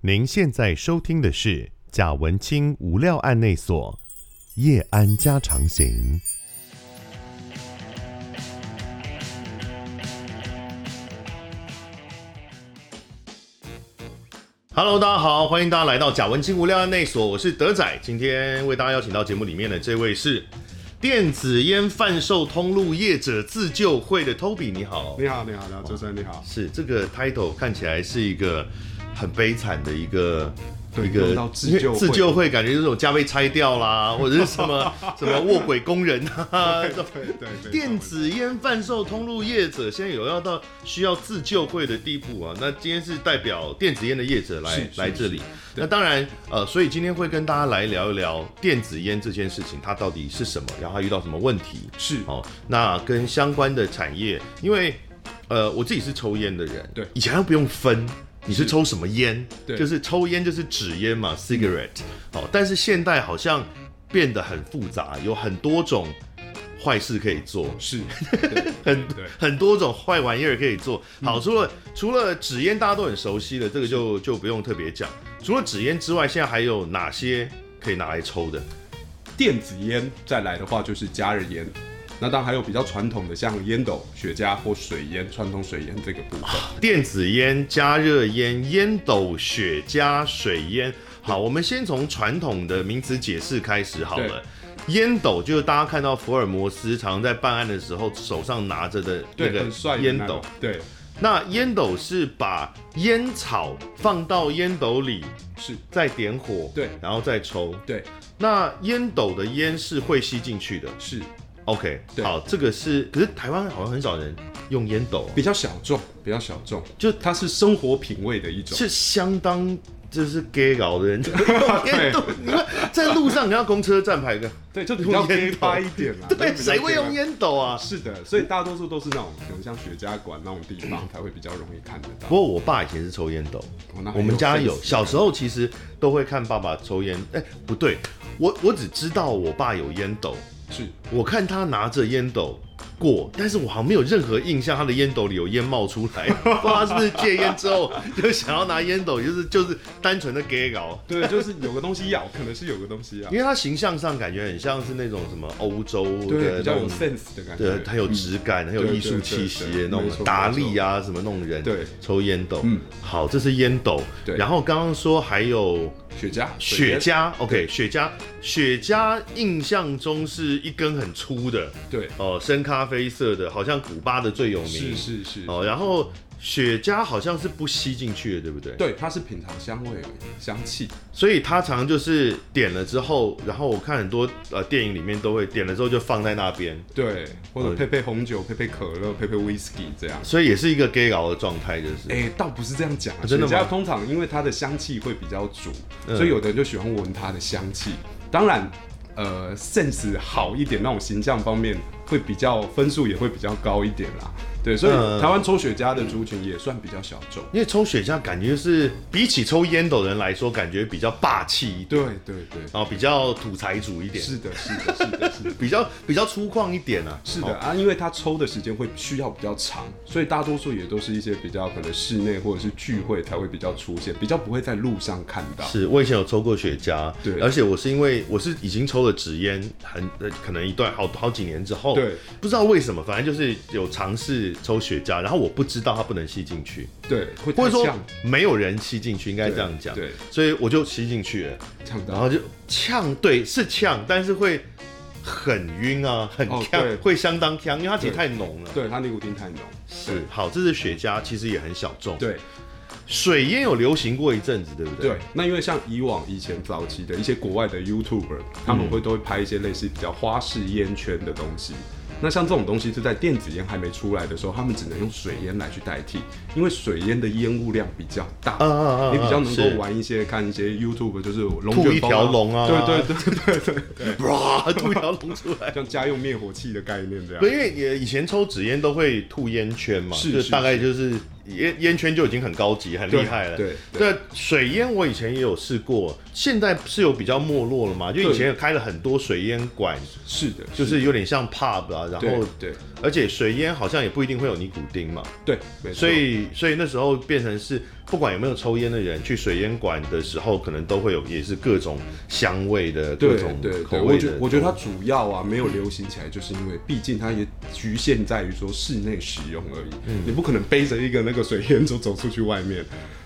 您现在收听的是贾文清无料案内所夜安家常行。Hello，大家好，欢迎大家来到贾文清无料案内所，我是德仔。今天为大家邀请到节目里面的这位是电子烟贩售通路业者自救会的 Toby，你好。你好，你好，你好，主持人你好。是这个 title 看起来是一个很悲惨的一个。对一个用到自因为救会自救会感觉就是我家被拆掉 啦，或者是什么什么卧轨工人啊，这种对对对，电子烟贩售通路业者现在有要到需要自救会的地步啊。那今天是代表电子烟的业者来是是来这里。那当然，呃，所以今天会跟大家来聊一聊电子烟这件事情，它到底是什么，然后它遇到什么问题。是哦，那跟相关的产业，因为呃，我自己是抽烟的人，对以前都不用分。你是是抽什么烟？对嗯就是抽烟就是纸烟嘛，cigarette。哦，但是现代好像变得很复杂，有很多种坏事可以做， 是，很对嗯很多种坏玩意儿可以做。好，除了除了纸烟大家都很熟悉的，这个就就不用特别讲。除了纸烟之外，现在还有哪些可以拿来抽的？电子烟再来的话就是加热烟，那当然还有比较传统的像烟斗、雪茄或水烟，传统水烟这个部分。哦电子烟、加热烟、烟斗、雪茄、水烟。好，我们先从传统的名词解释开始好了。烟斗就是大家看到福尔摩斯常常在办案的时候手上拿着的那对，个很帅的烟那斗种。。对，那烟斗是把烟草放到烟斗里，是，再点火，对然后再抽。对，那烟斗的烟是会吸进去的。是 OK，对好，这个是，可是台湾好像很少人用烟斗哦、比较小众，比较小众，就它是生活品味的一种。是相当就是 gay 搞的人， 烟斗，你看在路上你要公车站牌个，对，就比较用烟 gay 斗趴一点啦。 对，就比较 谁会 gay 用趴？烟斗啊？是的，所以大多数都是那种可能像雪茄馆那种地方才会比较容易看得到。不过我爸以前是抽烟斗，哦那很我们家有， sense 小时候其实都会看爸爸抽烟。哎，不对，我我只知道我爸有烟斗，是我看他拿着烟斗过，但是我好像没有任何印象，他的烟斗里有烟冒出来， 不知道他是不是戒烟之后就想要拿烟斗，就是就是单纯的 gay 搞。对，就是有个东西要，可能是有个东西要因，为它形象上感觉很像是那种什么欧洲的对，比较那有种 sense 的感觉，嗯对，很有质感，很有艺术气息对的对对对那种没错达利啊什么那种人，对抽烟斗，嗯好，这是烟斗，对然后刚刚说还有雪茄，雪水烟，茄，OK，雪茄，雪茄印象中是一根很粗的，对，哦，深咖啡色的，好像古巴的最有名是，是是，哦，然后雪茄好像是不吸进去的，对不对？对，它是品尝香味、香气，所以他常常就是点了之后，然后我看很多呃电影里面都会点了之后就放在那边，对，或哦者配配红酒、配配可乐、配配 whisky 这样。所以也是一个 gay 佬的状态，就是。哎、倒不是这样讲、啊，真的雪茄吗通常因为它的香气会比较足，嗯所以有的人就喜欢闻它的香气。当然，呃，sense 好一点那种形象方面会比较分数也会比较高一点啦。对，所以嗯台湾抽雪茄的族群也算比较小众。因为抽雪茄感觉是比起抽烟斗的人来说，感觉比较霸气一点，对对对，然后比较土财主一点，是的，是的，是的，是的。比较比较粗犷一点啊。是哦的啊，因为他抽的时间会需要比较长，所以大多数也都是一些比较可能室内或者是聚会才会比较出现，比较不会在路上看到。是我以前有抽过雪茄，对而且我是因为我是已经抽了纸烟，很呃可能一段好好几年之后，对，不知道为什么，反正就是有尝试抽雪茄，然后我不知道它不能吸进去，对，会或者太说呛，没有人吸进去，应该对这样讲，对，所以我就吸进去了，呛然到。后就呛，对，是呛，但是会很晕啊，很哦呛，对会相当呛，因为它其实对太浓了。对，它尼古丁太浓。是好，这是雪茄，其实也很小众。，对水烟有流行过一阵子，对不对？对，那因为像以往以前早期的一些国外的 YouTuber，他们会都会拍一些类似比较花式烟圈的东西。那像这种东西是在电子烟还没出来的时候，他们只能用水烟来去代替，因为水烟的烟雾量比较大。啊，啊啊啊！你比较能是够，玩一些看一些 YouTube，就是龙吐卷一风条龙啊对对对对对对，哇，吐一条龙出来。 像家用灭火器的概念这样对，。因为也以前抽纸烟都会吐烟圈嘛，是就是大概就是烟烟圈就已经很高级、很厉害了。对对，水烟我以前也有试过，现在是有比较没落了嘛，就以对前有开了很多水烟馆，是的，就是有点像 pub 啊，然后对对而且水烟好像也不一定会有尼古丁嘛，对，没错所以所以那时候变成是不管有没有抽烟的人去水烟馆的时候，可能都会有也是各种香味的、各对种对对，口我味觉的。我觉得它主要啊没有流行起来，就是因为毕竟它也局限在于说室内使用而已，嗯你不可能背着一个那个水烟就走出去外面，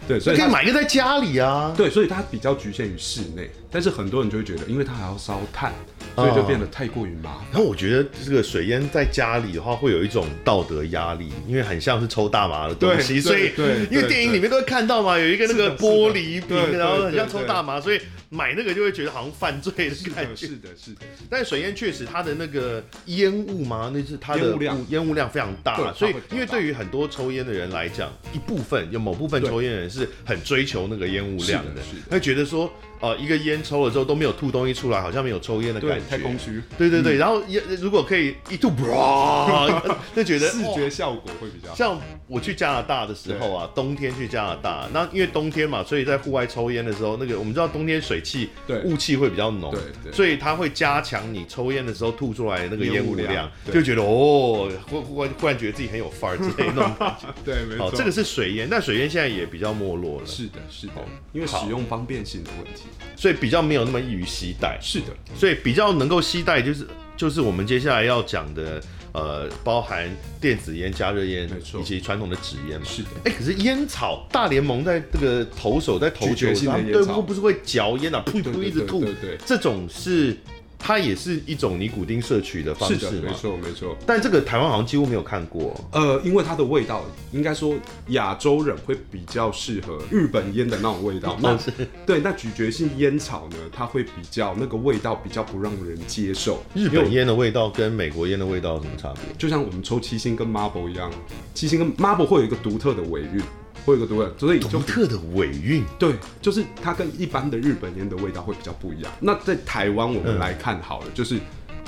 对，所你以可它以买一个在家里啊。对，所以它比较局限于室内，但是很多人就会觉得，因为它还要烧炭，所以啊就变得太过于麻烦。然后我觉得这个水烟在家里的话，会有一种道德压力，因为很像是抽大麻的东西，对所以对对因为电影里面都会看到嘛，有一个那是的个玻璃是的对瓶，然后很像对对抽大麻，所以买那个就会觉得好像犯罪的是感的，觉。是的，是的，但水烟确实它的那个烟雾嘛，那是它的烟雾量雾烟雾量非常大，对所它会以比较大因为对于很多抽烟的人来讲，一部分有某部分对抽烟的人是很追求那个烟雾量的是的是，的会觉得说，呃，一个烟抽了之后都没有吐东西出来，好像没有抽烟的感对，觉太。空嗯虚，对对对，然后也如果可以一吐，哇，就觉得嗯视哇觉效果会比较好。像我去加拿大的时候啊，冬天去加拿大，那因为冬天嘛，所以在户外抽烟的时候，那个我们知道冬天水汽对雾气会比较浓对，对所以它会加强你抽烟的时候吐出来的那个烟雾烟雾量量，就觉得哦，忽忽然忽然觉得自己很有范儿之类的那种感觉。对， 没好，错，这个是水烟，但水烟现在也比较没落了，是的，是的好，因为好使用方便性的问题。所以比较没有那么易于携带，是的，所以比较能够携带就是就是我们接下来要讲的。呃，包含电子烟、加热烟没，错以及传统的纸烟嘛。是的。哎、可是烟草大联盟在这个投手在投咀嚼球的时候，性的他们烟对草不不是会嚼烟啊，噗对噗对一直对吐，对对这种是它也是一种尼古丁摄取的方是式的，没嘛？错，没错。但这个台湾好像几乎没有看过，呃，因为它的味道，应该说亚洲人会比较适合日本烟的那种味哦道。那对，那咀嚼性烟草呢，它会比较那个味道比较不让人接受。日因为本烟的味道跟美国烟的味道有什么差别？就像我们抽七星跟 Marble 一样，七星跟 Marble 会有一个独特的尾韵，会有一个独特，所以就独特的尾韵，对，就是它跟一般的日本烟的味道会比较不一样。那在台湾我们来看好了，就是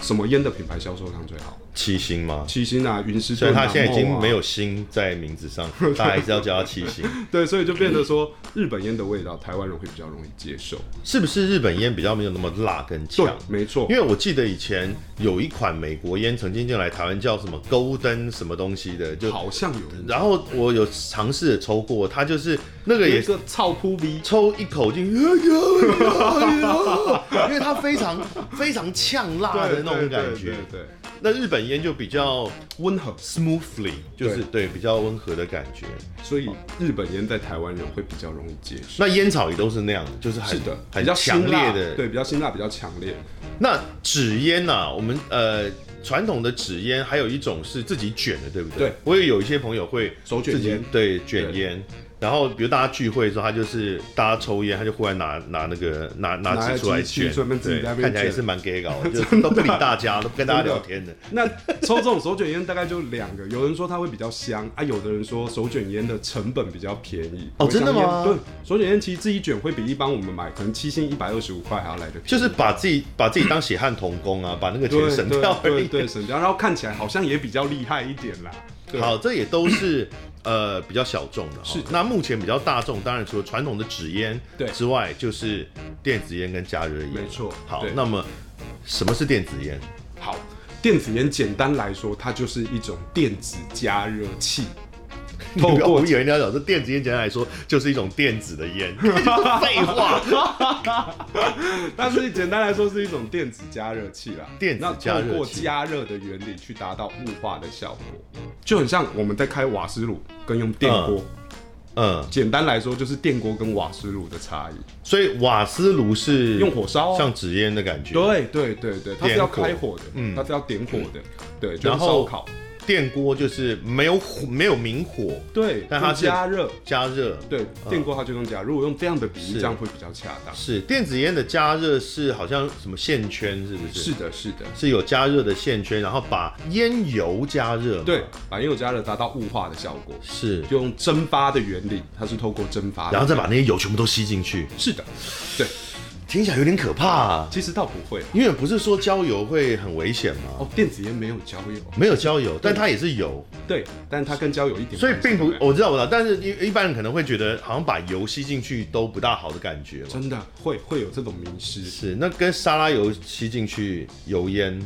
什么烟的品牌销售量最好？七星吗？七星啊，云师所顿以啊、它现在已梦经啊没有“星”在名字 上，大家还是要叫它七星。对，所以就变得说日本烟的味道，台湾人会比较容易接受。是不是日本烟比较没有那么辣跟对呛？，没错啊因，为我记得以前有一款美国烟曾经进来台湾，叫什么 Golden 什么东西的，就好像有人然后我有尝试着抽过，它就是那个有也一个臭扑鼻，抽一口进去，因为它非常非常呛辣的那种感觉。对对，对那日本烟就比较温和。 smoothly，就是对比较温和的感觉。所以日本烟在台湾人会比较容易接受。那烟草也都是那样的，就是很是的，比很较强辛烈辣的。对，比较辛辣，比较强烈。那纸烟呐、我们呃传统的纸烟还有一种是自己卷的，对不对？对，我也有一些朋友会手卷自己烟对卷烟。然后，比如大家聚会的时候，他就是大家抽烟，他就忽然拿拿那个拿拿拿纸出来机器卷，顺便自己对在那边看起来也卷啊是蛮 gay 搞的，就是都不理大家，都不跟大家真的啊聊天的。那抽这种手卷烟大概就两个，有人说它会比较香啊，有的人说手卷烟的成本比较便宜。哦真的吗回香烟对，手卷烟其实自己卷会比一般我们买可能七星一百二十五块还要来的便宜。就是把自己把自己当血汗童工啊，把那 个钱对省掉而对已。对对，省掉，然后看起来好像也比较厉害一点啦。对好，，这也都是 呃比较小众的哈。是的那目前比较大众，当然除了传统的纸烟对之外，就是电子烟跟加热烟。没错好对，那么什么是电子烟？好，电子烟简单来说，它就是一种电子加热 器，透我过们以为你要讲说电子烟，简单来说就是一种电子的 烟。废话，但是简单来说是一种电子加热器啦。电子那加热器透过加热的原理去达到雾化的效果，就很像我们在开瓦斯炉跟用电锅。嗯，简单来说就是电锅跟瓦斯炉的差异，所以瓦斯炉是用火烧啊像纸烟的感觉。，对对对对，它是要点火开火的，嗯它是要点火的，对，就然是后烧烤，电锅就是没有火，没有明火对，但它用是加热，加热。对，电锅它就用加，如果用这样的比喻，嗯这是样会比较恰当。是电子烟的加热是好像什么线圈，是不是？是的，是的，是有加热的线圈，然后把烟油加热。对，，把烟油加热达到雾化的效果，是，就用蒸发的原理，它是透过蒸发的，然后再把那些油全部都吸进去，是的，对，听起来有点可怕、啊。其实倒不会啦因为不是说焦油会很危险吗？哦，电子烟没有焦油，没有焦油，但它也是油，对，但它跟焦油一点所以关系并都不没，有我知道我知道，但是一一般人可能会觉得好像把油吸进去都不大好的感觉嘛。真的会会有这种迷失，是，那跟沙拉油吸进去油烟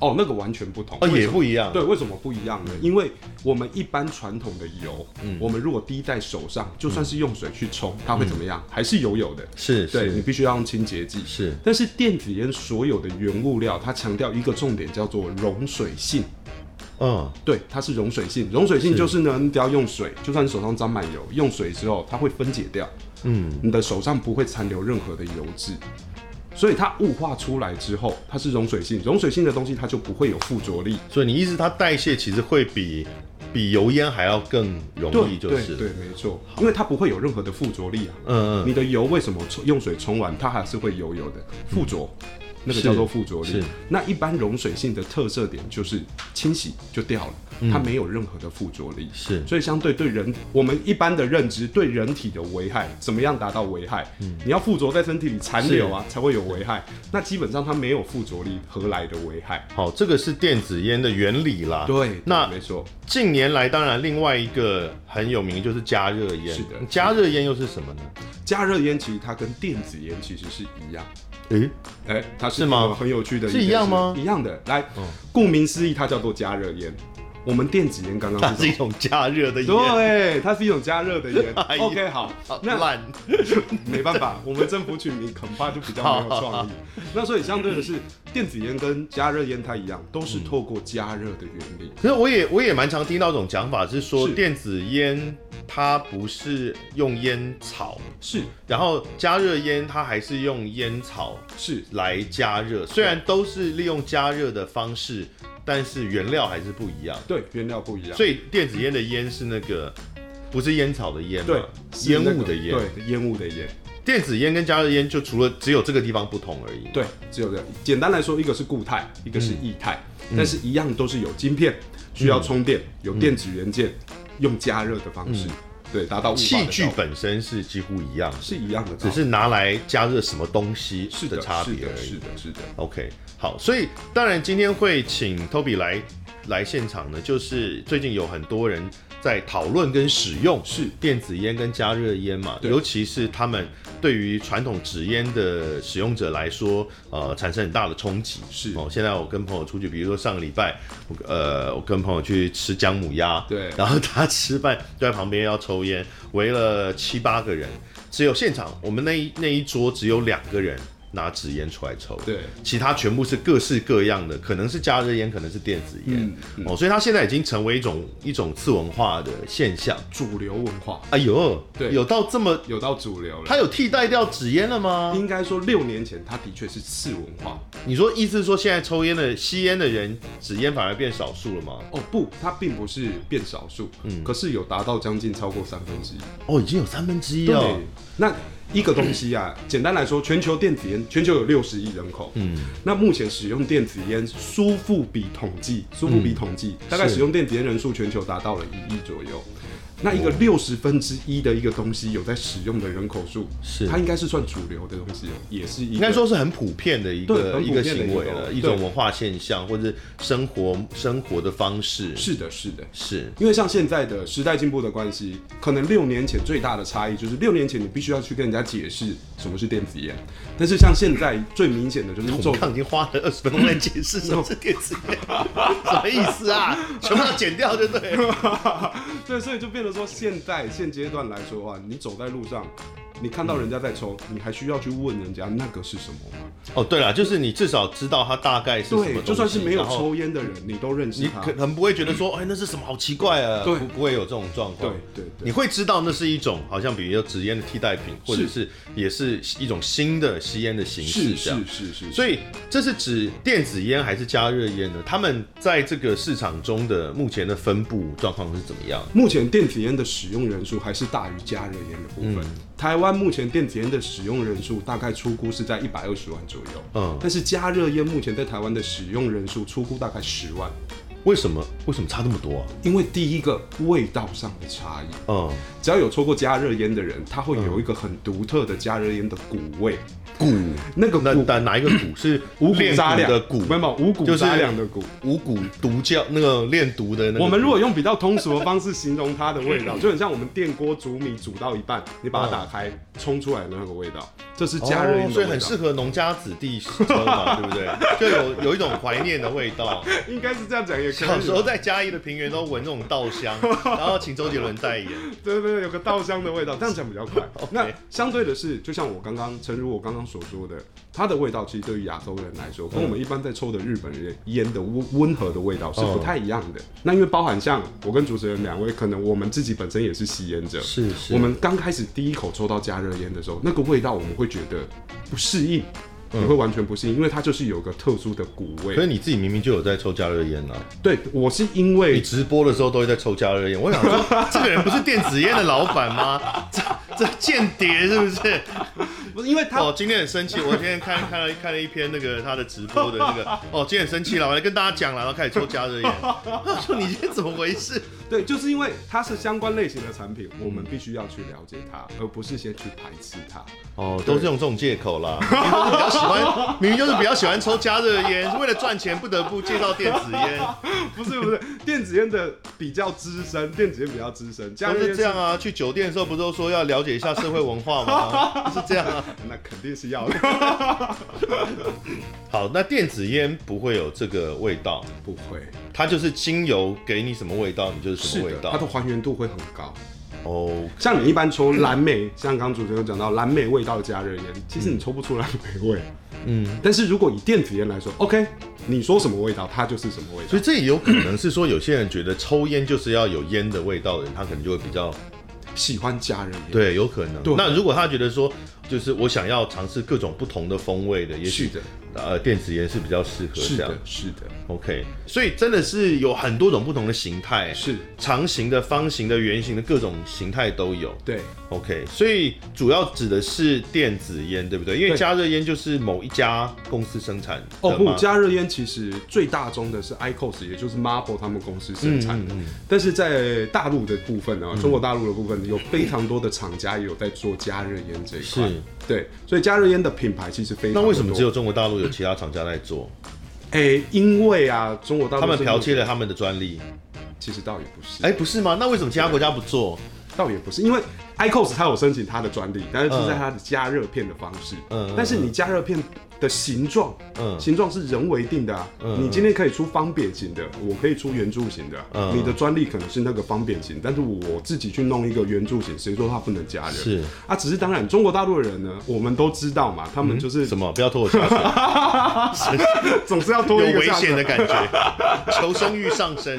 哦，那个完全不同哦，为也什么不一样。对，为什么不一样呢？因为我们一般传统的油，嗯我们如果滴在手上，就算是用水去冲，它会怎么样？还是油油的。是，对你是必须要用清洁剂。是但是电子烟所有的原物料，它强调一个重点叫做溶水性。嗯，对，它是溶水性。溶水性就是呢，你只要用水，就算你手上沾满油，用水之后它会分解掉，嗯，你的手上不会残留任何的油脂。所以它雾化出来之后，它是溶水性，溶水性的东西它就不会有附着力。所以你意思它代谢其实会比比油烟还要更容易，就对是了。对，没错，因为它不会有任何的附着力啊。嗯嗯，你的油为什么冲用水冲完它还是会油油的附着？那个是叫做附着力是。那一般溶水性的特色点就是清洗就掉了，它没有任何的附着力。嗯是所以相对对人，我们一般的认知对人体的危害，怎么样达到危害？嗯你要附着在身体里残留啊，才会有危害。那基本上它没有附着力，何来的危害？好，这个是电子烟的原理啦。对，啊那没错，近年来当然另外一个很有名就是加热烟。是的加热烟又是什么呢？加热烟其实它跟电子烟其实是一样。诶，哎、它是是吗一个很有趣的，是一样吗哦一样的，来，顾名思义，它叫做加热烟。我们电子烟刚 它刚是是一种加热的什烟。么，对，它是一种加热的烟。 哎呀 OK，好，好那烂， 没办法，我们政府取名恐怕就比较没有创意。那所以相对的是，电子烟跟加热烟它一样，都是透过加热的原理。可是我也我也蛮常听到一种讲法，是说是电子烟它不是用烟草，是然后加热烟它还是用烟草是，来加热，虽然都是利用加热的方式，但是原料还是不一样。对，原料不一样。所以电子烟的烟是那个不是烟草的烟嘛，对，是烟那雾个的烟。对，烟雾的烟。电子烟跟加热烟就除了只有这个地方不同而已。对，只有这样。简单来说，一个是固态，一个是嗯液态，但是一样都是有晶片，需要充电，嗯有电子元件，用加热的方式，对，达到雾化的器具效果本身是几乎一样，是一样的道只理，是拿来加热什么东西是的的差是别而的，已。是的，是的， OK，好，所以当然今天会请 Toby 来来现场呢，就是最近有很多人在讨论跟使用是电子烟跟加热烟嘛，对尤其是他们对于传统纸烟的使用者来说，呃，产生很大的冲击。是哦，现在我跟朋友出去，比如说上个礼拜，我呃，我跟朋友去吃姜母鸭，对然后他吃饭就在旁边要抽烟，围了七八个人，只有现场我们那一那一桌只有两个人拿纸烟出来抽，对，其他全部是各式各样的，可能是加热烟，可能是电子烟、嗯嗯哦，所以它现在已经成为一种一种次文化的现象。主流文化哎呦，对有到这么，有到主流了它。有替代掉纸烟了吗？应该说，六年前它的确是次文化你说意思是说现在抽烟的吸烟的人，纸烟反而变少数了吗？哦，不，它并不是变少数，嗯可是有达到将近超过三分之一。哦，已经有三分之一对了。，哦那一个东西啊，简单来说，全球电子烟，全球有六十亿人口，嗯，那目前使用电子烟，苏富比统计，苏富比统计，大概嗯是使用电子烟人数全球达到了一亿左右。那哦一个六十分之一的一个东西有在使用的人口数，是它应该是算主流的东西，哦也是一个应该说是很普遍的一对个很一普遍个的行为了，一一个种文化现象，或者是生活生活的方式是的，是的。是因为像现在的时代进步的关系，可能六年前最大的差异就是六年前你必须要去跟人家解释什么是电子烟，但是像现在最明显的就是我做们刚已经花了二十分钟来解释什么是电子烟，什么意思啊？ 全部要剪掉就对了。 对，所以就变得说，现在现阶段来说的话，你走在路上，你看到人家在抽，你还需要去问人家那个是什么吗？哦，对了，就是你至少知道它大概是什么东对，西就算是没有，然后抽烟的人，你都认识你他。可能不会觉得说，哎，那是什么好奇怪啊？对不不会有这种状况。对对你对，会知道那是一种好像比如说纸烟的替代品，或者是也是一种新的吸烟的形式是这样是。是是，所以这是指电子烟还是加热烟呢？他们在这个市场中的目前的分布状况是怎么样？目前电子烟的使用人数还是大于加热烟的部分。台湾目前电子烟的使用人数大概初估是在一百二十万左右，嗯，但是加热烟目前在台湾的使用人数初估大概十万，为什么为什么差这么多啊？因为第一个味道上的差异。嗯，只要有抽过加热烟的人，他会有一个很独特的加热烟的股味，骨那个那股哪哪一个骨 是五股练扎骨两的骨？没有没有五股就是扎两的股。五谷毒教那个练毒的那个。我们如果用比较通俗的方式形容它的味道，就很像我们电锅煮米煮到一半，你把它打开，冲出来的那个味道。这是加热烟哦的所以味很道适合农家子弟抽 嘛，对不对？就有有一种怀念的味 道。应该是这样讲也可以啦。小时候在嘉义的平原都闻那种稻 香，然后请周杰伦代言。对对对，有个稻香的味 道，这样讲比较快。那相对的是，就像我刚刚，诚如我刚刚所说的，它的味道其实对于亚洲人来说，跟我们一般在抽的日本人烟的温温和的味道是哦不太一样的。那因为包含像我跟主持人两位，可能我们自己本身也是吸烟者，是是我们刚开始第一口抽到加热烟的时候，那个味道我们会觉得不适应。嗯你会完全不适应，因为它就是有个特殊的股可味。是你自己明明就有在抽加热烟啊！对我是因为你直播的时候都会在抽加热烟，我想说，这个人不是电子烟的老板吗？这这间谍是不是？不是因为它哦，今天很生气，我今天看看了看了一篇那个他的直播的那个， 哦，今天很生气了，我来跟大家讲了，然后开始抽加热烟。我说你今天怎么回事？对，就是因为它是相关类型的产品，我们必须要去了解它，而不是先去排斥它。哦，都是用这种借口啦。明明就是比较喜欢，明明就是比较喜欢抽加热烟，是为了赚钱不得不介绍电子 烟， 不是不是，电子烟的比较资深，电子烟比较资深，加都热烟是这样啊。去酒店的时候不都说要了解一下社会文化吗？是这样啊。是，那肯定是 要的。好，那电子烟不会有这个味道，不会，它就是精油给你什么味道，你就是什是么味的，它的道。还原度会很高。哦，像你一般抽蓝 莓，像刚主持人有讲到蓝莓味道的加热烟，其实你抽不出蓝莓味。嗯，但是如果以电子烟来说，OK，你说什么味道，它就是什么味道。所以这也有可能是说，有些人觉得抽烟就是要有烟的味道的人，他可能就会比较喜欢加热烟，，对，有可能。对那如果他觉得说，就是我想要尝试各种不同的风味的，也是许的，呃，电子烟是比较适合是这样的。，是的， OK，所以真的是有很多种不同的形态，是，长形的、方形的、圆形的，各种形态都有。对， OK，所以主要指的是电子烟，对不对？因为对加热烟就是某一家公司生产的哦不吗，加热烟其实最大宗的是 ICOS，也就是 Marble 他们公司生产嗯的。但是在大陆的部分呢、啊中国大陆的部分有非常多的厂家也有在做加热烟这一块。是对，所以加热烟的品牌其实非常那的多。为什么只有中国大陆有其他厂家在做？哎、因为啊，中国大陆他们是剽窃了他们的专利？其实倒也不是，哎、不是吗？那为什么其他国家不做？倒也不是，因为 ICOS 它有申请它的专利，但是是在它的加热片的方式。嗯嗯但是你加热片的形状，嗯形状是人为定的啊。你今天可以出方扁型的，我可以出圆柱形的啊。嗯你的专利可能是那个方扁型，但是我自己去弄一个圆柱形，谁说它不能加热？是啊，只是当然，中国大陆的人呢，我们都知道嘛，他们就是嗯什么？不要拖我下水。 总是要多一有个危下险水的感觉， 求生欲上升。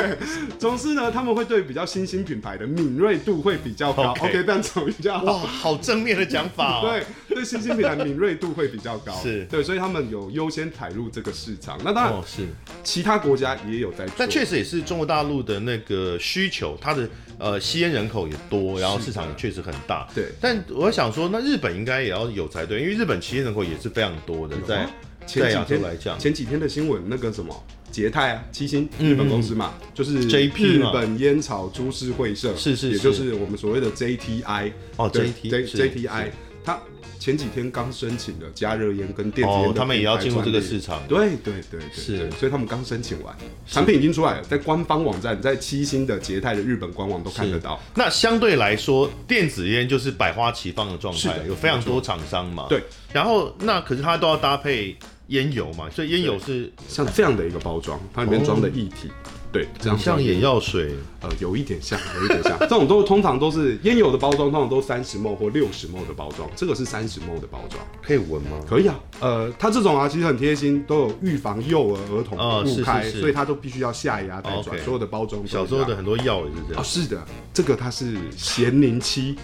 总是呢，他们会对比较新兴品牌的敏锐度会比较高。 OK OK，但总比较哇，好。好正面的讲法哦。对对，新兴品牌敏锐度会比较高，是对，所以他们有优先踩入这个市场。那当然哦，，是，其他国家也有在做，但确实也是中国大陆的那个需求，它的呃吸烟人口也多，然后市场也确实很大。对但我想说，那日本应该也要有才对，因为日本吸烟人口也是非常多的，在在前亚几洲天来讲，嗯前几天的新闻那个什么捷泰啊，七星日本公司嘛，就是 JP 日嘛本烟草株式会社，是是也就是是我们所谓的 JTI 哦对 JT J 是 JTI，它前几天刚申请了加热烟跟电子烟哦的，他们也要进入这个市场。场。对对对对，是对所以他们刚申请完，产品已经出来了，在官方网站，在七星的捷泰的日本官网都看得到。那相对来说，电子烟就是百花齐放的状是态的，有非常多厂商嘛。对，然后那可是它都要搭配烟油嘛，所以烟油是像这样的一个包装，它里面装的液体，对，这样哦像装眼药水，呃有一点像，有一点像。这种都通常都是烟油的包装，通常都三十 ml 或六十 ml 的包装，这个是三十 ml 的包装，可以闻吗？可以啊。呃，它这种啊其实很贴心，都有预防幼儿儿童哦是误开，是是所以它都必须要下压再哦转， ，OK 所有的包装都一样小时候的很多药也是这哦样。是的，这个它是咸宁漆，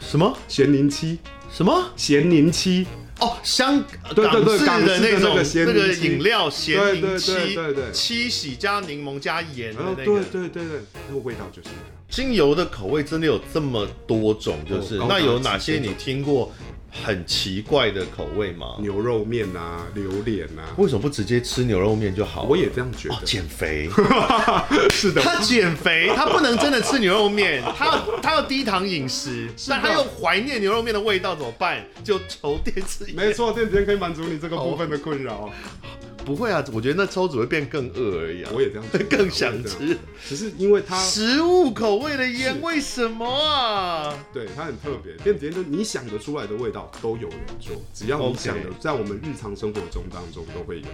什么咸宁漆，什么？咸宁漆。哦，香对对对港港式式的的那种那个咸那个柠七饮料咸柠对对七对对对七喜加柠檬加盐的然后那啊对个对对对，那个味道就是那样。精油的口味，真的有这么多种？就是哦高达那有哪几些千你种听过很奇怪的口味吗？牛肉面啊，榴莲啊，为什么不直接吃牛肉面就好了？我也这样觉哦，得。减肥，是的， 他减肥，他不能真的吃牛肉面， 他要他要低糖饮食，但他又怀念牛肉面的味道，怎么办？就愁电吃。哦没错，电子烟可以满足你这个部分的困扰。不会啊，我觉得那抽只会变更饿而已啊，我也这样觉得啊，更我也想这样。吃只是因为它食物口味的烟，为什么啊？对它很特别，电子烟就你想得出来的味道都有人做，只要你 OK 想的，在我们日常生活中当中都会有，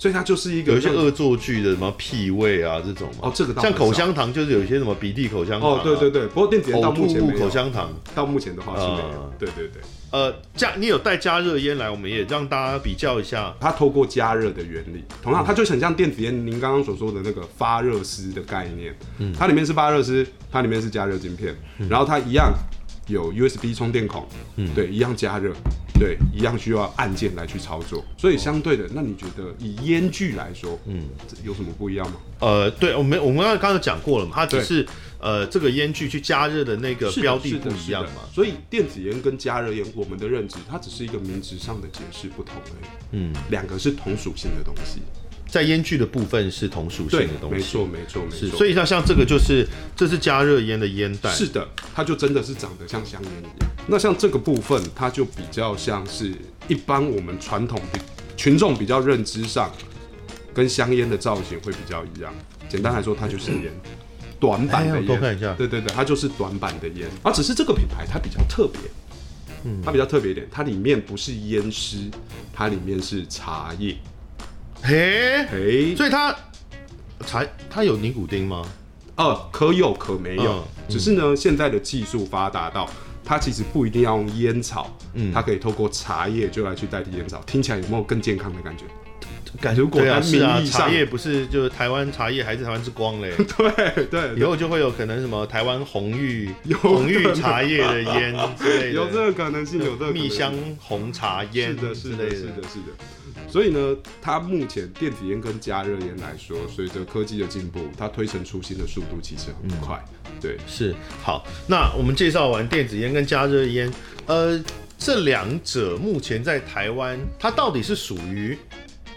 所以它就是一个有一些让恶作剧的什么屁味啊这种嘛哦，，这个倒像很少口香糖就是有一些什么鼻涕口香糖、哦，啊对对，对，不过电子烟到呕目吐前物没口有，香糖。到目前的话是没有啊，对对对，呃，加你有带加热烟来，我们也让大家比较一下。它透过加热的原理，同样它就很像电子烟，您刚刚所说的那个发热丝的概念，它里面是发热丝，它里面是加热晶片，然后它一样有 USB 充电孔，对，一样加热，对，一样需要按键来去操作，所以相对的，那你觉得以烟具来说，嗯，这有什么不一样吗？呃，对，我们我们刚刚有讲过了嘛，它只对是呃这个烟具去加热的那个是的标的是的不一样是的嘛。所以电子烟跟加热烟，我们的认知它只是一个名词上的解释不同而已，嗯，两个是同属性的东西，在烟具的部分是同属性对的，东西，没错，没错，没是，错所。以像像这个就是这是加热烟的烟弹，是的，它就真的是长得像香烟一样。那像这个部分，它就比较像是一般我们传统比群众比较认知上，跟香烟的造型会比较一样。简单来说，它就是烟，短版的哎烟。我多看一下对对对，它就是短版的烟。啊，只是这个品牌它比较特别，嗯，它比较特别一点，它里面不是烟丝，它里面是茶叶。嘿，诶，所以它才它有尼古丁吗？呃，可有可没有，嗯只是呢，现在的技术发达到，它其实不一定要用烟草，嗯它可以透过茶叶就来去代替烟草，听起来有没有更健康的感觉？ 感如果对啊，单是啊，名义上茶叶不是就是台湾茶叶还是台湾之光 嘞？对对，以后就会有可能什么台湾红玉 有啊红玉茶叶的烟之类的，有这个可能性，有这个可能性蜜香红茶是烟的，是之类的，是的，是的。所以呢，它目前电子烟跟加热烟来说，随着科技的进步，它推陈出新的速度其实很快。嗯对，是好，那我们介绍完电子烟跟加热烟，呃，这两者目前在台湾，它到底是属于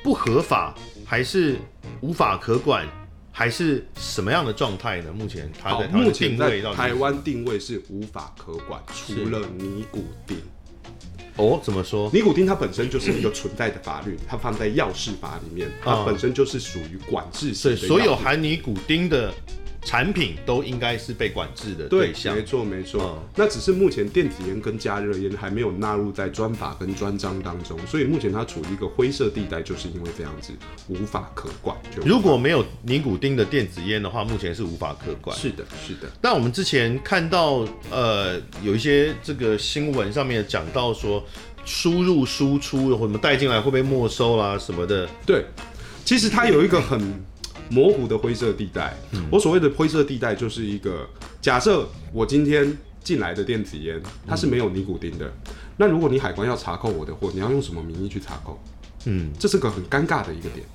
不合法，还是无法可管，还是什么样的状态呢？目前它好在，台湾目的前定在位到底台是湾定位是无法可管，是除了尼古丁。哦怎么说？尼古丁它本身就是一个存在的法律，它放在药事法里面，它本身就是属于管制性对，的药品。所有含尼古丁的产品都应该是被管制的对对，象没。错没错。嗯那只是目前电子烟跟加热烟还没有纳入在专法跟专章当中，所以目前它处于一个灰色地带，就是因为这样子无法可管。就如果没有尼古丁的电子烟的话，目前是无法可管。是的，是的，那我们之前看到，呃，有一些这个新闻上面讲到说，输入输出或者带进来会被没收啦、什么的，对。其实它有一个很模糊的灰色地带。嗯我所谓的灰色地带，就是一个假设我今天进来的电子烟，它是没有尼古丁的。那如果你海关要查扣我的货，你要用什么名义去查扣？嗯。这是个很尴尬的一个点。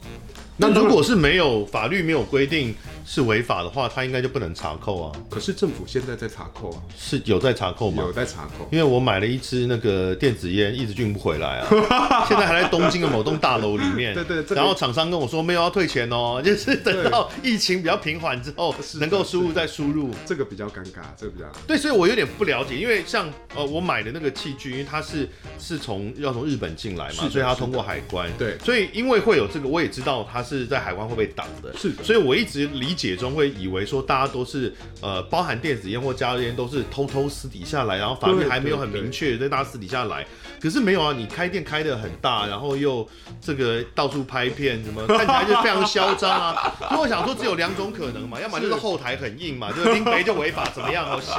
那当然如果是没有法律没有规定是违法的话，他应该就不能查扣啊，可是政府现在在查扣啊，是有在查扣吗有？在查扣。因为我买了一支那个电子烟，一直运不回来 啊，现在还在东京的某栋大楼里面。对对这个然后厂商跟我说没有要退钱哦， 就是等到疫情比较平缓之后，是的能够输入再输入。这个比较尴尬，这个比较对，所以我有点不了解，因为像呃，我买的那个器具，因为它是是从要从日本进来是嘛，的所以它是的通过海关。对所以因为会有这个，我也知道它是在海关会被挡的。是的所以我一直理解中会以为说大家都是呃，包含电子烟或加热烟都是偷偷私底下来，然后法律对还没有很对对明确，在大家私底下来。可是没有啊，你开店开的很大，然后又这个到处拍片，什么看起来就非常嚣张啊。 所以我想说，只有两种可能嘛，要么就是是后台很硬嘛，就是林北就违法怎么样好戏，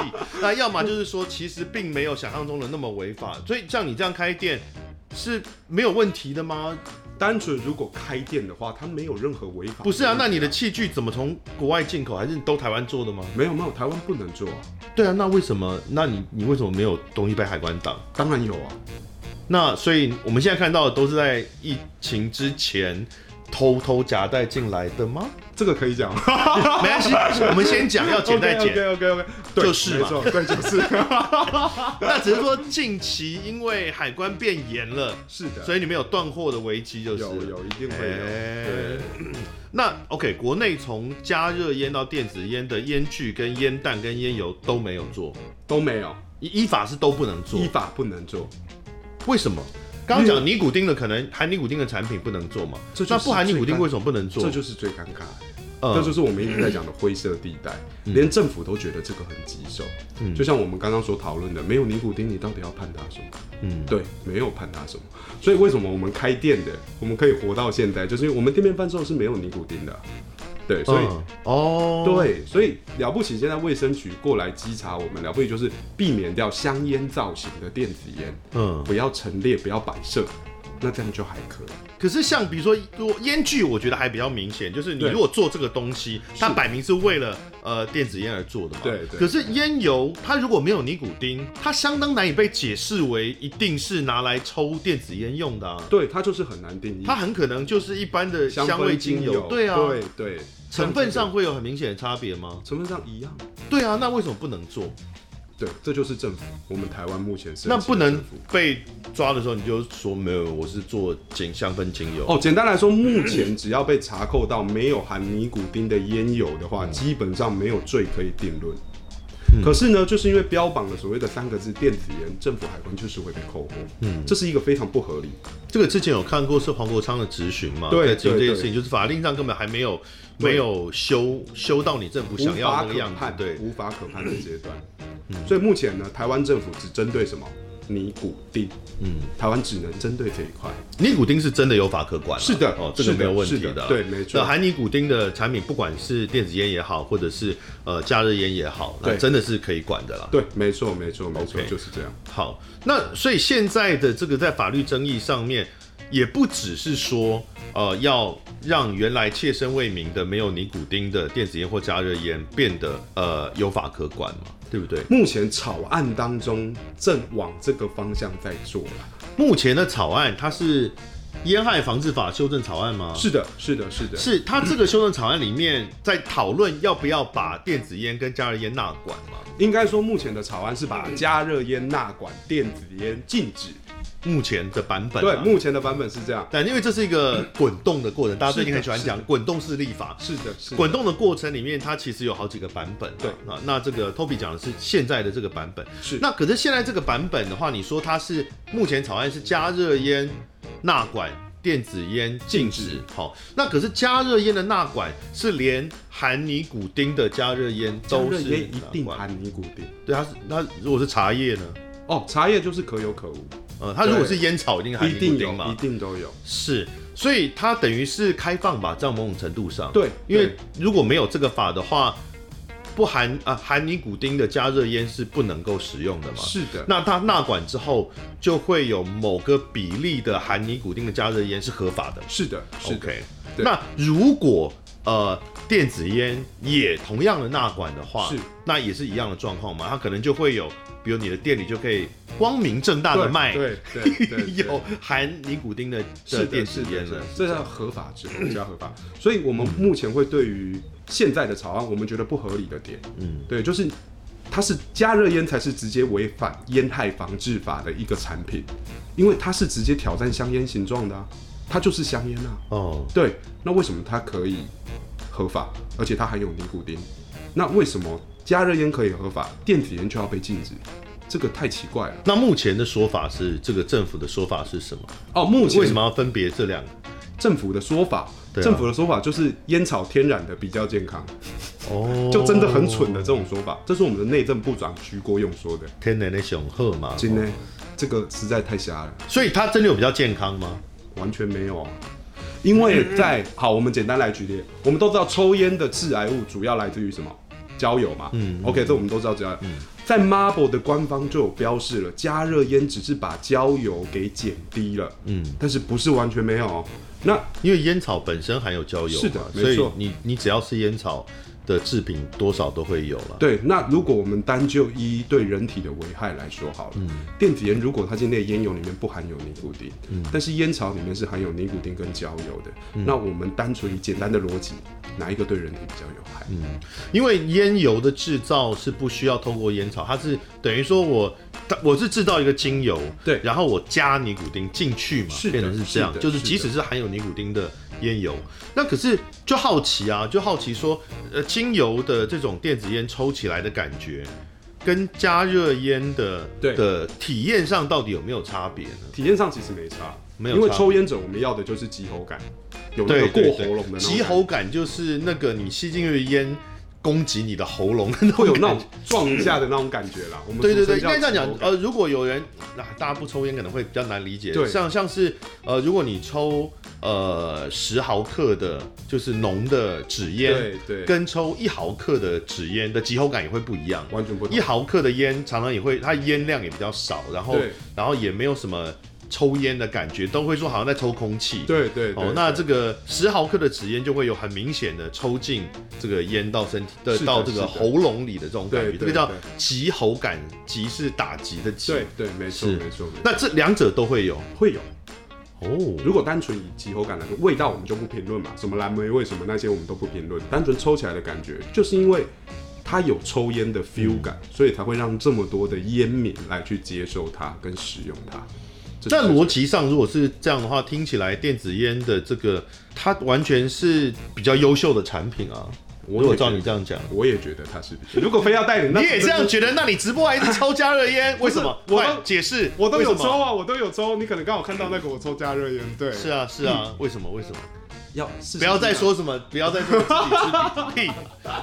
那要么就是说其实并没有想象中的那么违法。所以像你这样开店是没有问题的吗？单纯。如果开店的话，它没有任何违法。不是啊，那你的器具怎么从国外进口，还是都台湾做的吗？没有没有，台湾不能做啊。对啊，那为什么？那你你为什么没有东西被海关挡？当然有啊，那所以我们现在看到的都是在疫情之前偷偷夹带进来的 吗？这个可以讲。没关系，我们先讲要剪再 剪。 OK OK OK，对，就是没嘛错，对，就是，那只是说近期因为海关变严了，是的，所以你们有断货的危机，就是有了有一定会有。哎对，那 OK，国内从加热烟到电子烟的烟具、跟烟弹、跟烟油都没有做，都没有，依依法是都不能做依，法不能做。为什么？刚刚讲尼古丁的，可能含尼古丁的产品不能做嘛？这就是那不含尼古丁最尴为什么不能做？这就是最尴尬的。嗯这就是我们一直在讲的灰色地带，连政府都觉得这个很棘手。就像我们刚刚所讨论的，没有尼古丁，你到底要判他什么？嗯对，没有判他什么。所以为什么我们开店的，我们可以活到现在，就是因为我们店面贩售是没有尼古丁的啊。对，所以、嗯哦，，对，所以了不起，现在卫生局过来稽查我们，了不起就是避免掉香烟造型的电子烟，嗯，不要陈列，不要摆设，那这样就还可以。可是像比如说，如果烟具，我觉得还比较明显，就是你对如果做这个东西，它是摆明是为了呃电子烟而做的嘛。对对可是烟油，它如果没有尼古丁，它相当难以被解释为一定是拿来抽电子烟用的、啊。对，它就是很难定义。它很可能就是一般的香氛味精精油，对啊，对对，成分这样上会有很明显的差别吗？子成分上一样。对啊，那为什么不能做？对，这就是政府，我们台湾目前是那不能被抓的时候你就说没有，我是做精香氛精油。哦。简单来说，目前只要被查扣到没有含尼古丁的烟油的话，基本上没有罪可以定论。可是呢，就是因为标榜了所谓的三个字电子烟，政府海关就是会被扣货，嗯，这是一个非常不合理。这个之前有看过是黄国昌的质询嘛？对在质询这对件对事情，就是法令上根本还没有对没有修修到你政府想要那个样无子法可，判，对，无法可判的阶段。所以目前呢，台湾政府只针对什么尼古丁，嗯，台湾只能针对这一块。尼古丁是真的有法可管啊，是的哦，这个没有问题是的，的对没错那含尼古丁的产品，不管是电子烟也好，或者是呃加热烟也好，那对真的是可以管的啦。对，没错，没错，没错 OK 就是这样。好，那所以现在的这个在法律争议上面，也不只是说呃要让原来切身为民的没有尼古丁的电子烟或加热烟变得呃有法可管嘛，对不对？目前草案当中正往这个方向在做啦。目前的草案它是烟害防治法修正草案吗？是的，是的，是的，是，它这个修正草案里面在讨论要不要把电子烟跟加热烟纳管嘛？应该说目前的草案是把加热烟纳管，电子烟禁止。目前的版本、对，啊、。目前的版本是这样。但因为这是一个滚动的过程，大家最近很喜欢是的讲滚动式立法。是的，是的滚动的过程里面，它其实有好几个版本、啊。对啊，那这个 Toby 讲的是现在的这个版本。是那可是现在这个版本的话，你说它是目前草案是加热烟纳管。电子烟禁禁止，好、那可是加热烟的纳管是连含尼古丁的加热烟都加热是烟一定纳管含尼古丁。对，它是它如果是茶叶呢，哦，茶叶就是可有可无，呃，它如果对是烟草一定含一尼古定丁有，一嘛，定都有。是，所以它等于是开放吧，在某种程度上，对因为对如果没有这个法的话，不含啊含尼古丁的加热烟是不能够使用的嘛。是的，那它纳管之后，就会有某个比例的含尼古丁的加热烟是合法的。是的，是的。 OK，对那如果呃电子烟也同样的纳管的话，是那也是一样的状况嘛？它可能就会有，比如你的店里就可以光明正大的对卖对对对对 有含尼古丁的是的的，电是子的，烟是的嗯了。这叫合法之后，这叫合法。所以我们目前会对于现在的草案，我们觉得不合理的点，嗯嗯，对，就是它是加热烟才是直接违反烟害防治法的一个产品，因为它是直接挑战香烟形状的、啊，它就是香烟啊。哦，对，那为什么它可以合法，而且它含有尼古丁？那为什么加热烟可以合法，电子烟却要被禁止？这个太奇怪了。那目前的说法是，这个政府的说法是什么？哦，目前为什么要分别这两个？政府的说法，对啊政府的说法就是烟草天然的比较健康，哦就真的很蠢的这种说法。这是我们的内政部长徐国勇说的。天然的雄鹤嘛。今天这个实在太瞎了，所以它真的有比较健康吗？完全没有啊。因为在好，我们简单来举例，我们都知道抽烟的致癌物主要来自于什么？焦油嘛。嗯。OK，这我嗯们都知道焦油。在 Marble 的官方就有标示了，加热烟只是把焦油给减低了。嗯。但是不是完全没有哦？那因为烟草本身含有焦油嘛，是的没所以错你你只要是烟草的制品，多少都会有了。对，那如果我们单就一对人体的危害来说好了，嗯电子烟如果它今天的烟油里面不含有尼古丁，嗯但是烟草里面是含有尼古丁跟焦油的，那我们单纯以简单的逻辑，哪一个对人体比较有害？嗯因为烟油的制造是不需要透过烟草，它是等于说我它我是制造一个精油，对然后我加尼古丁进去嘛，是的变成是这样，是的就是是的即使是含有尼古丁的烟油，那可是就好奇啊，就好奇说，呃，精油的这种电子烟抽起来的感觉。跟加热烟的对的体验上到底有没有差别呢？体验上其实没差，没有因为差抽烟者我们要的就是急喉感，有那个过喉咙的那种感觉急喉感就是那个你吸进去的烟攻击你的喉咙，会有那种撞一下的那种感觉 啦。我们对对对，应俗称该这叫样讲急喉。感呃，如果有人啊，大家不抽烟可能会比较难理解。对像像是呃，如果你抽呃十毫克的，就是浓的纸烟，对对，跟抽一毫克的纸烟的急喉感也会不一样。完全不同一。毫克的烟常常也会，它烟量也比较少，然后对然后也没有什么抽烟的感觉，都会说好像在抽空气。对对对哦，那这个十毫克的纸烟就会有很明显的抽进这个烟到身体的是的到这是个的喉咙里的这种感觉，对这对个叫对急喉感，急是打击的急。对对，没错是没错没错。那这两者都会有会有，哦。如果单纯以急喉感来说，味道我们就不评论嘛，什么蓝莓味什么那些我们都不评论，单纯抽起来的感觉，就是因为它有抽烟的嗯 feel 感，所以才会让这么多的烟民来去接受它跟使用它。这是那最逻辑上如果是这样的话，听起来电子烟的这个它完全是比较优秀的产品啊。我也如果照觉得你这样讲。我也觉得它是。如果非要带领，那你也这样就是觉得？那你直播还一直抽加热烟，为什么？我都快解释，我都有为什抽么。啊，我都有抽。你可能刚好看到那个我抽嗯加热烟，对，是啊，是啊，为什么？为什么？要不要再，说什么，不要再说自己是屁。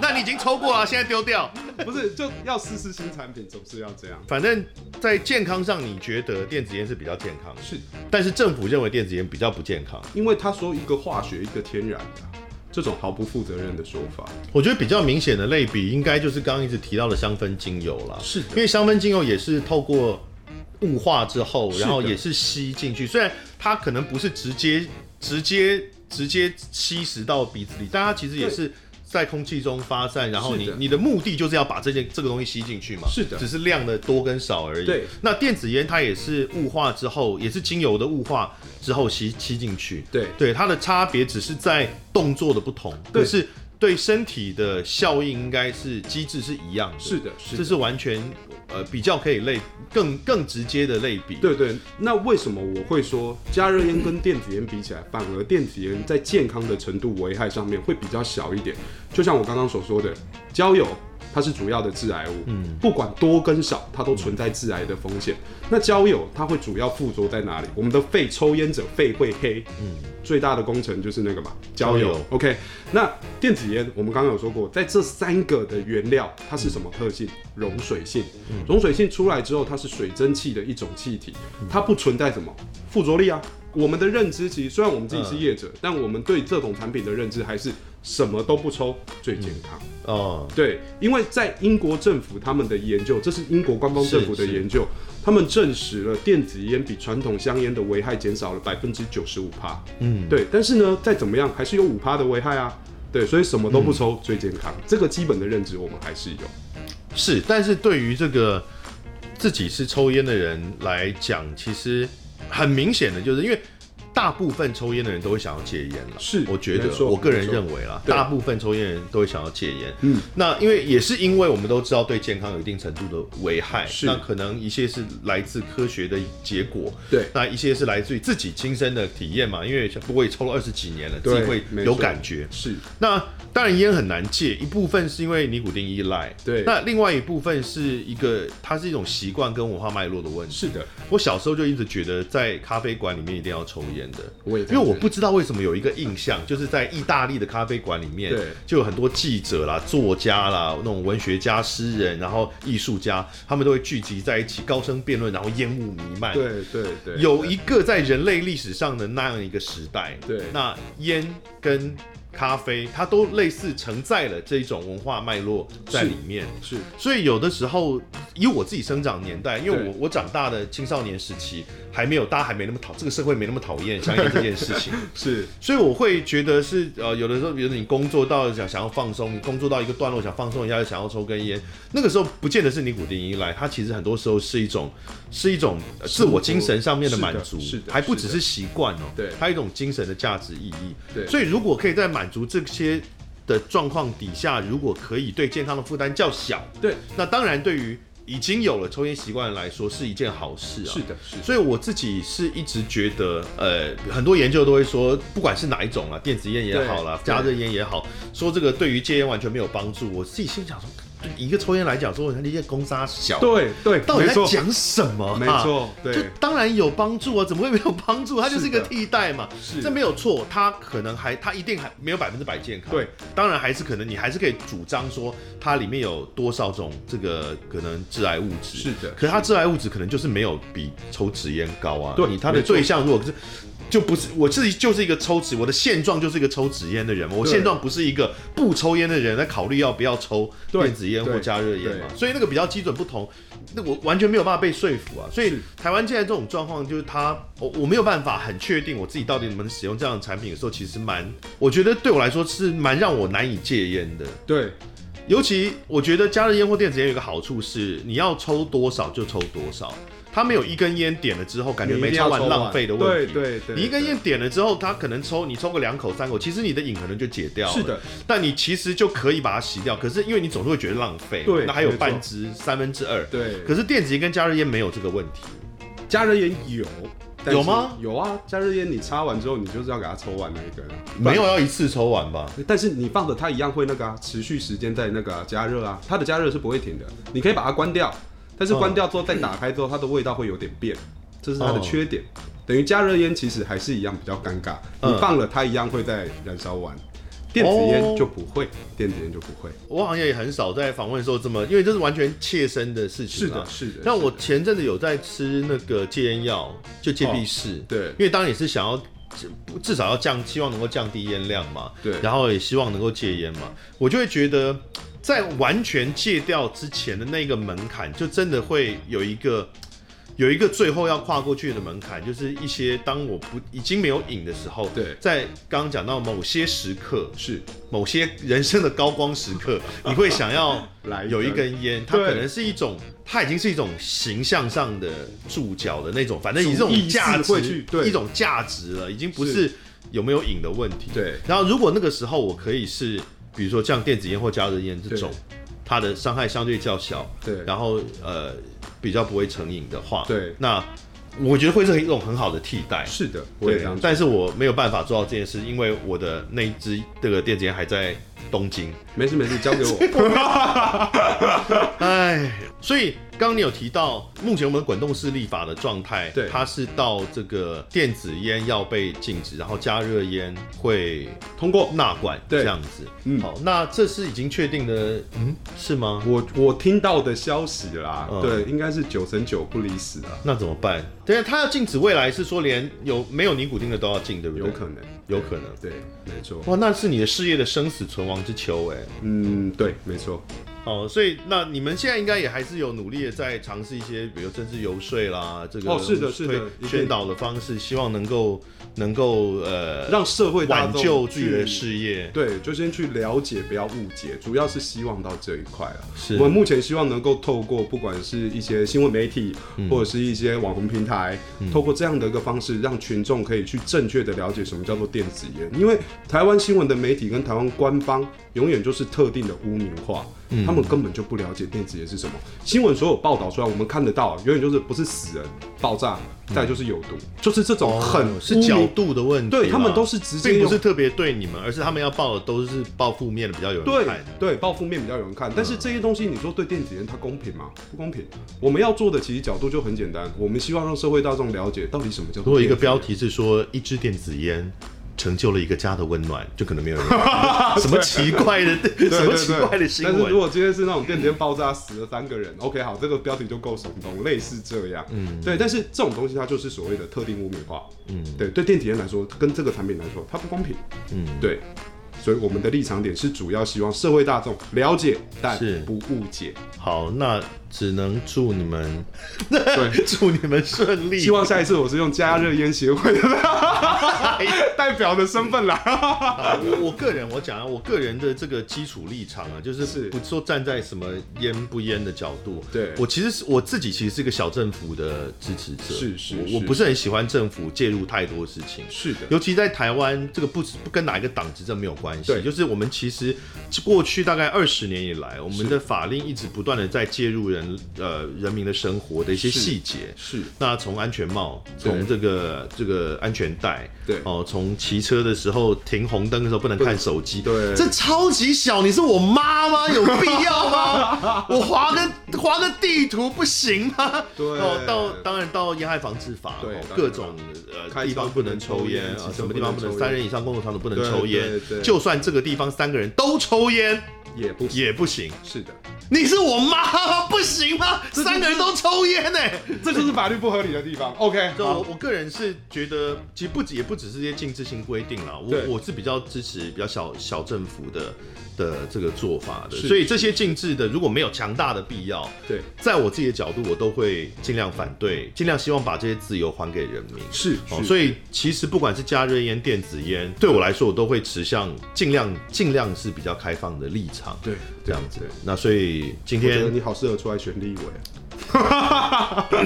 那你已经抽过了，现在丢掉。 不是就要试试新产品，总是要这样。反正，在健康上，你觉得电子烟是比较健康的，是但是政府认为电子烟比较不健康。因为他说一个化学，一个天然的啊、这种毫不负责任的说法，我觉得比较明显的类比，应该就是刚刚一直提到的香氛精油啦。是的因为香氛精油也是透过雾化之后，是的然后也是吸进去，虽然它可能不是直接直接直接吸食到鼻子里，但它其实也是。在空气中发散，然后是你的你的目的就是要把这件这个东西吸进去嘛，是的只是量的多跟少而已。对那电子烟它也是雾化之后，也是精油的雾化之后吸吸进去，对对，它的差别只是在动作的不同，对可是对身体的效应应该是机制是一样的。是的是的这是完全呃比较可以类更更直接的类比。，对对。那为什么我会说加热烟跟电子烟比起来，反而电子烟在健康的程度危害上面会比较小一点？就像我刚刚所说的，焦油。它是主要的致癌物，嗯，不管多跟少，它都存在致癌的风险。那焦油它会主要附着在哪里？我们的肺，抽烟者肺会黑，嗯，最大的工程就是那个嘛，焦焦油油。 OK，那电子烟我们刚刚有说过，在这三个的原料，它是什么特性？溶水性。溶水性出来之后，它是水蒸气的一种气体，它不存在什么附着力啊。我们的认知其实虽然我们自己是业者，但我们对这种产品的认知还是什么都不抽最健康。哦、对，因为在英国政府他们的研究，这是英国官方政府的是是研究，他们证实了电子烟比传统香烟的危害减少了百分之九十五趴。嗯，对，但是呢，再怎么样还是有五趴的危害啊。对，所以什么都不抽最健康，嗯这个基本的认知我们还是有。啊是，但是对于这个自己是抽烟的人来讲，其实很明显的就是因为。大部分抽烟的人都会想要戒烟了，是我觉得没，错我个人没错认为啦，对大部分抽烟的人都会想要戒烟。嗯，那因为也是因为我们都知道对健康有一定程度的危害，是那可能一些是来自科学的结果，对那一些是来自于自己亲身的体验嘛，因为我也抽了二十几年了，自己对会没有错感觉。是那当然烟很难戒，一部分是因为尼古丁依赖，对那另外一部分是一个它是一种习惯跟文化脉络的问题。是的，我小时候就一直觉得在咖啡馆里面一定要抽烟的，我也因为我不知道为什么有一个印象，就是在意大利的咖啡馆里面对，就有很多记者啦、作家啦、那种文学家、诗人，然后艺术家，他们都会聚集在一起高声辩论，然后烟雾弥漫。对对对，有一个在人类历史上的那样一个时代，对那烟跟咖啡，它都类似承载了这一种文化脉络在里面。是所以有的时候，以我自己生长年代，因为对我我长大的青少年时期还没有，大家还没那么讨这个社会没那么讨厌香烟这件事 情，是所以我会觉得是呃，有的时候，比如你工作到想想要放松，你工作到一个段落想放松一下，想要抽根烟，那个时候不见得是尼古丁依赖，它其实很多时候是一种 是一种呃自我精神上面的满足，是的是的还不只是习惯哦，对还有一种精神的价值意义。对所以如果可以在满足这些的状况底下，如果可以对健康的负担较小，对，那当然对于已经有了抽烟习惯来说是一件好事啊。是的，是的，所以我自己是一直觉得，呃，很多研究都会说，不管是哪一种啊，电子烟也好啦，对加热烟也好，说这个对于戒烟完全没有帮助。我自己心想说，对一个抽烟来讲，说他那些公杀小，，对对，到底没在错，讲什么、啊？没错，就对，当然有帮助啊，怎么会没有帮助？它就是一个是的替代嘛，是这没有错。它可能还，它一定还没有百分之百健康。对，当然还是可能你还是可以主张说它里面有多少种这个可能致癌物质。是的可它致癌物质可能就是没有比抽纸烟高啊。对你它的没错对象如果是。就不是我自己就是一个抽纸，我的现状就是一个抽纸烟的人嘛，我对现状不是一个不抽烟的人，在考虑要不要抽对电子烟或对加热烟嘛，对所以那个比较基准不同，那我完全没有办法被说服啊。所以是台湾现在这种状况，就是他我我没有办法很确定我自己到底能不能使用这样的产品的时候，其实蛮，我觉得对我来说是蛮让我难以戒烟的。对，尤其我觉得加热烟或电子烟有一个好处是，你要抽多少就抽多少，它没有一根烟点了之后感觉你一没定要抽抽完浪费的问题。对对对，你一根对烟点了之后，它可能抽你抽个两口三口，其实你的瘾可能就解掉了。是的，但你其实就可以把它洗掉，可是因为你总是会觉得浪费，对那还有没错半支、三分之二，对，可是电子烟跟加热烟没有这个问题，加热烟有。但是有吗？有啊，加热烟你插完之后，你就是要给它抽完那一根啊。不然没有要一次抽完吧？但是你放着它一样会那个啊，持续时间在那个、啊、加热啊，它的加热是不会停的，你可以把它关掉，但嗯是关掉之后再打开之后，它的味道会有点变，这是它的缺点。等于加热烟其实还是一样比较尴尬，哦嗯你放了它一样会在燃烧完，电子哦烟就不会，电子烟就不会。我好像也很少在访问的时候这么，因为这是完全切身的事情、是啊。的，是的。那我是的前阵子有在吃那个戒烟药，就哦戒必适、对因为当然也是想要至少要降，希望能够降低烟量嘛。对然后也希望能够戒烟嘛。我就会觉得，在完全戒掉之前的那个门槛，就真的会有一个有一个最后要跨过去的门槛，就是一些当我不已经没有瘾的时候，对在刚刚讲到某些时刻，是某些人生的高光时 刻，你会想要来一有一根根烟，它对可能是一种，它已经是一种形象上的注脚的那种，反正主以这种意价识值会去对一种价值了，已经不是是有没有瘾的问题。对然后如果那个时候我可以是，比如说像电子烟或加热烟这种，它的伤害相对较小，对然后呃比较不会成瘾的话，对那我觉得会是一种很好的替代。是的，我也对这样，觉得。但是我没有办法做到这件事，因为我的那一支这个电子烟还在东京。没事没事，交给 我。哎，所以刚刚你有提到，目前我们滚动式立法的状态，对它是到这个电子烟要被禁止，然后加热烟会通过纳管对这样子。嗯好，那这是已经确定的，嗯，是吗？我我听到的消息啦，嗯对，应该是九成九不离十啊，那怎么办？对，它要禁止未来是说连有没有尼古丁的都要禁，对不对？有可能，有可能。对，没错。哇，那是你的事业的生死存亡之秋哎。嗯，对，没错，哦，所以那你们现在应该也还是有努力的在尝试一些，比如政治游说啦，这个哦是的是的推一定宣导的方式，希望能够能够呃让社会大挽众救自己的去。事业。对，就先去了解，不要误解，主要是希望到这一块啊。是我们目前希望能够透过不管是一些新闻媒体，嗯或者是一些网红平台，透过这样的一个方式，让群众可以去正确的了解什么叫做电子烟。因为台湾新闻的媒体跟台湾官方永远就是特定的污名化，嗯他们根本就不了解电子烟是什么。新闻所有报道出来，我们看得到，永远就是不是死人、爆炸，再来就是有毒，就是这种很嗯哦是污名角度的问题啦，对他们都是直接并不用是特别对你们，而是他们要报的都是报负面的，比嗯较有人对看。对，报负面比较有人看，但是这些东西你说对电子烟它公平吗？不公平。我们要做的其实角度就很简单，我们希望让社会大众了解到底什么叫做。如果一个标，题是说一支电子烟。成就了一个家的温暖，就可能没有人 看什么奇怪的对 什对么对，奇怪的新但是如闻。果今天是那种电子烟爆炸死了三个人，OK，好， 这个标题就够耸动，类似这样。嗯，对，但是这种东西它就是所谓的特定污名化。嗯，对，对电子烟来说，跟这个产品来说，它不公平。嗯，对。所以我们的立场点是主要希望社会大众了解，但是不误 解。好，那只能祝你们 对，祝你们顺 利。希望下一次我是用加热烟协 会的代表的身份来。啊，我我个人我讲啊，我个人的这个基础立场啊，就是是不说站在什么烟不烟的角度，对我其实是我自己其实是一个小政府的支持者，是是我是我不是很喜欢政府介入太多事情，是，尤其在台湾这个不不跟哪一个党执政没有关关系，对就是我们其实过去大概二十年以来，我们是的法令一直不断的在介入人呃人民的生活的一些是细节。是那从安全帽，对从这个这个安全带，对哦，从骑车的时候停红灯的时候不能看手机，对这超级小，你是我妈吗？有必要吗？ 我划个划个地图不行吗？对哦，到当然到烟害防治法，对哦当然各种开呃车地方不能抽烟不能抽烟啊，骑车什么地方不不能抽能烟三人以上公共场所不能对抽烟对对，就算这个地方三个人都抽烟也不也不行。是的，你是我妈，不行吗？这就是三个人都抽烟呢、这就是法律不合理的地方。OK，对，我好，我个人是觉得，其实不止也不只是这些禁制性规定啦，我对我是比较支持比较小小政府的的这个做法的，是所以这些禁制的如果没有强大的必要，对，在我自己的角度，我都会尽量反对，尽量希望把这些自由还给人民。是哦，是所以其实不管是加热烟、电子烟，对我来说，我都会持向尽量尽量是比较开放的立场，对这样子对。那所以今我觉得天你好适合出来选立委啊。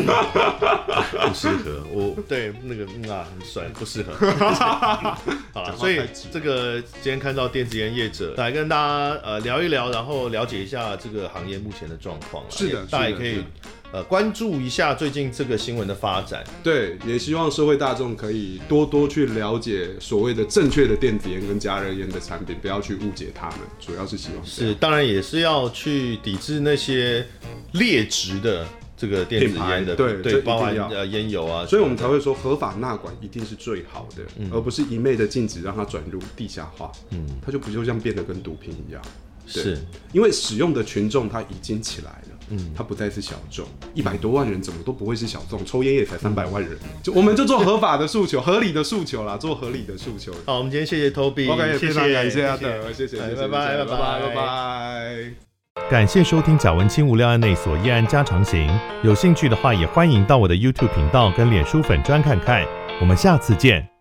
不适 合我，对那个嗯啊很帅，不 适合。好啦讲话所以太直这个今天看到电子烟业者来跟大家呃聊一聊，然后了解一下这个行业目前的状况啦。是的也大家也是的可以是的呃关注一下最近这个新闻的发展。对，也希望社会大众可以多多去了解所谓的正确的电子烟跟加热烟的产品，不要去误解它们。主要是希望这样是，当然也是要去抵制那些劣质的这个电子烟品牌对的，这对，一定包含要呃烟油啊，所以我们才会说合法纳管一定是最好的，而不是一昧的禁止让它转入地下化，嗯，它就不就像变得跟毒品一样，对是因为使用的群众他已经起来了，嗯，他不再是小众，一百多万人怎么都不会是小众，抽烟也才三百万人，就我们就做合法的诉求，合理的诉求啦，做合理的诉求。好，我们今天谢谢 Toby， OK，谢非谢，常感谢阿谢德，谢谢，哎谢谢拜拜谢谢拜拜拜拜拜。感谢收听贾文清无料案内所议案家常行。有兴趣的话，也欢迎到我的 YouTube 频道跟脸书粉专看看。我们下次见。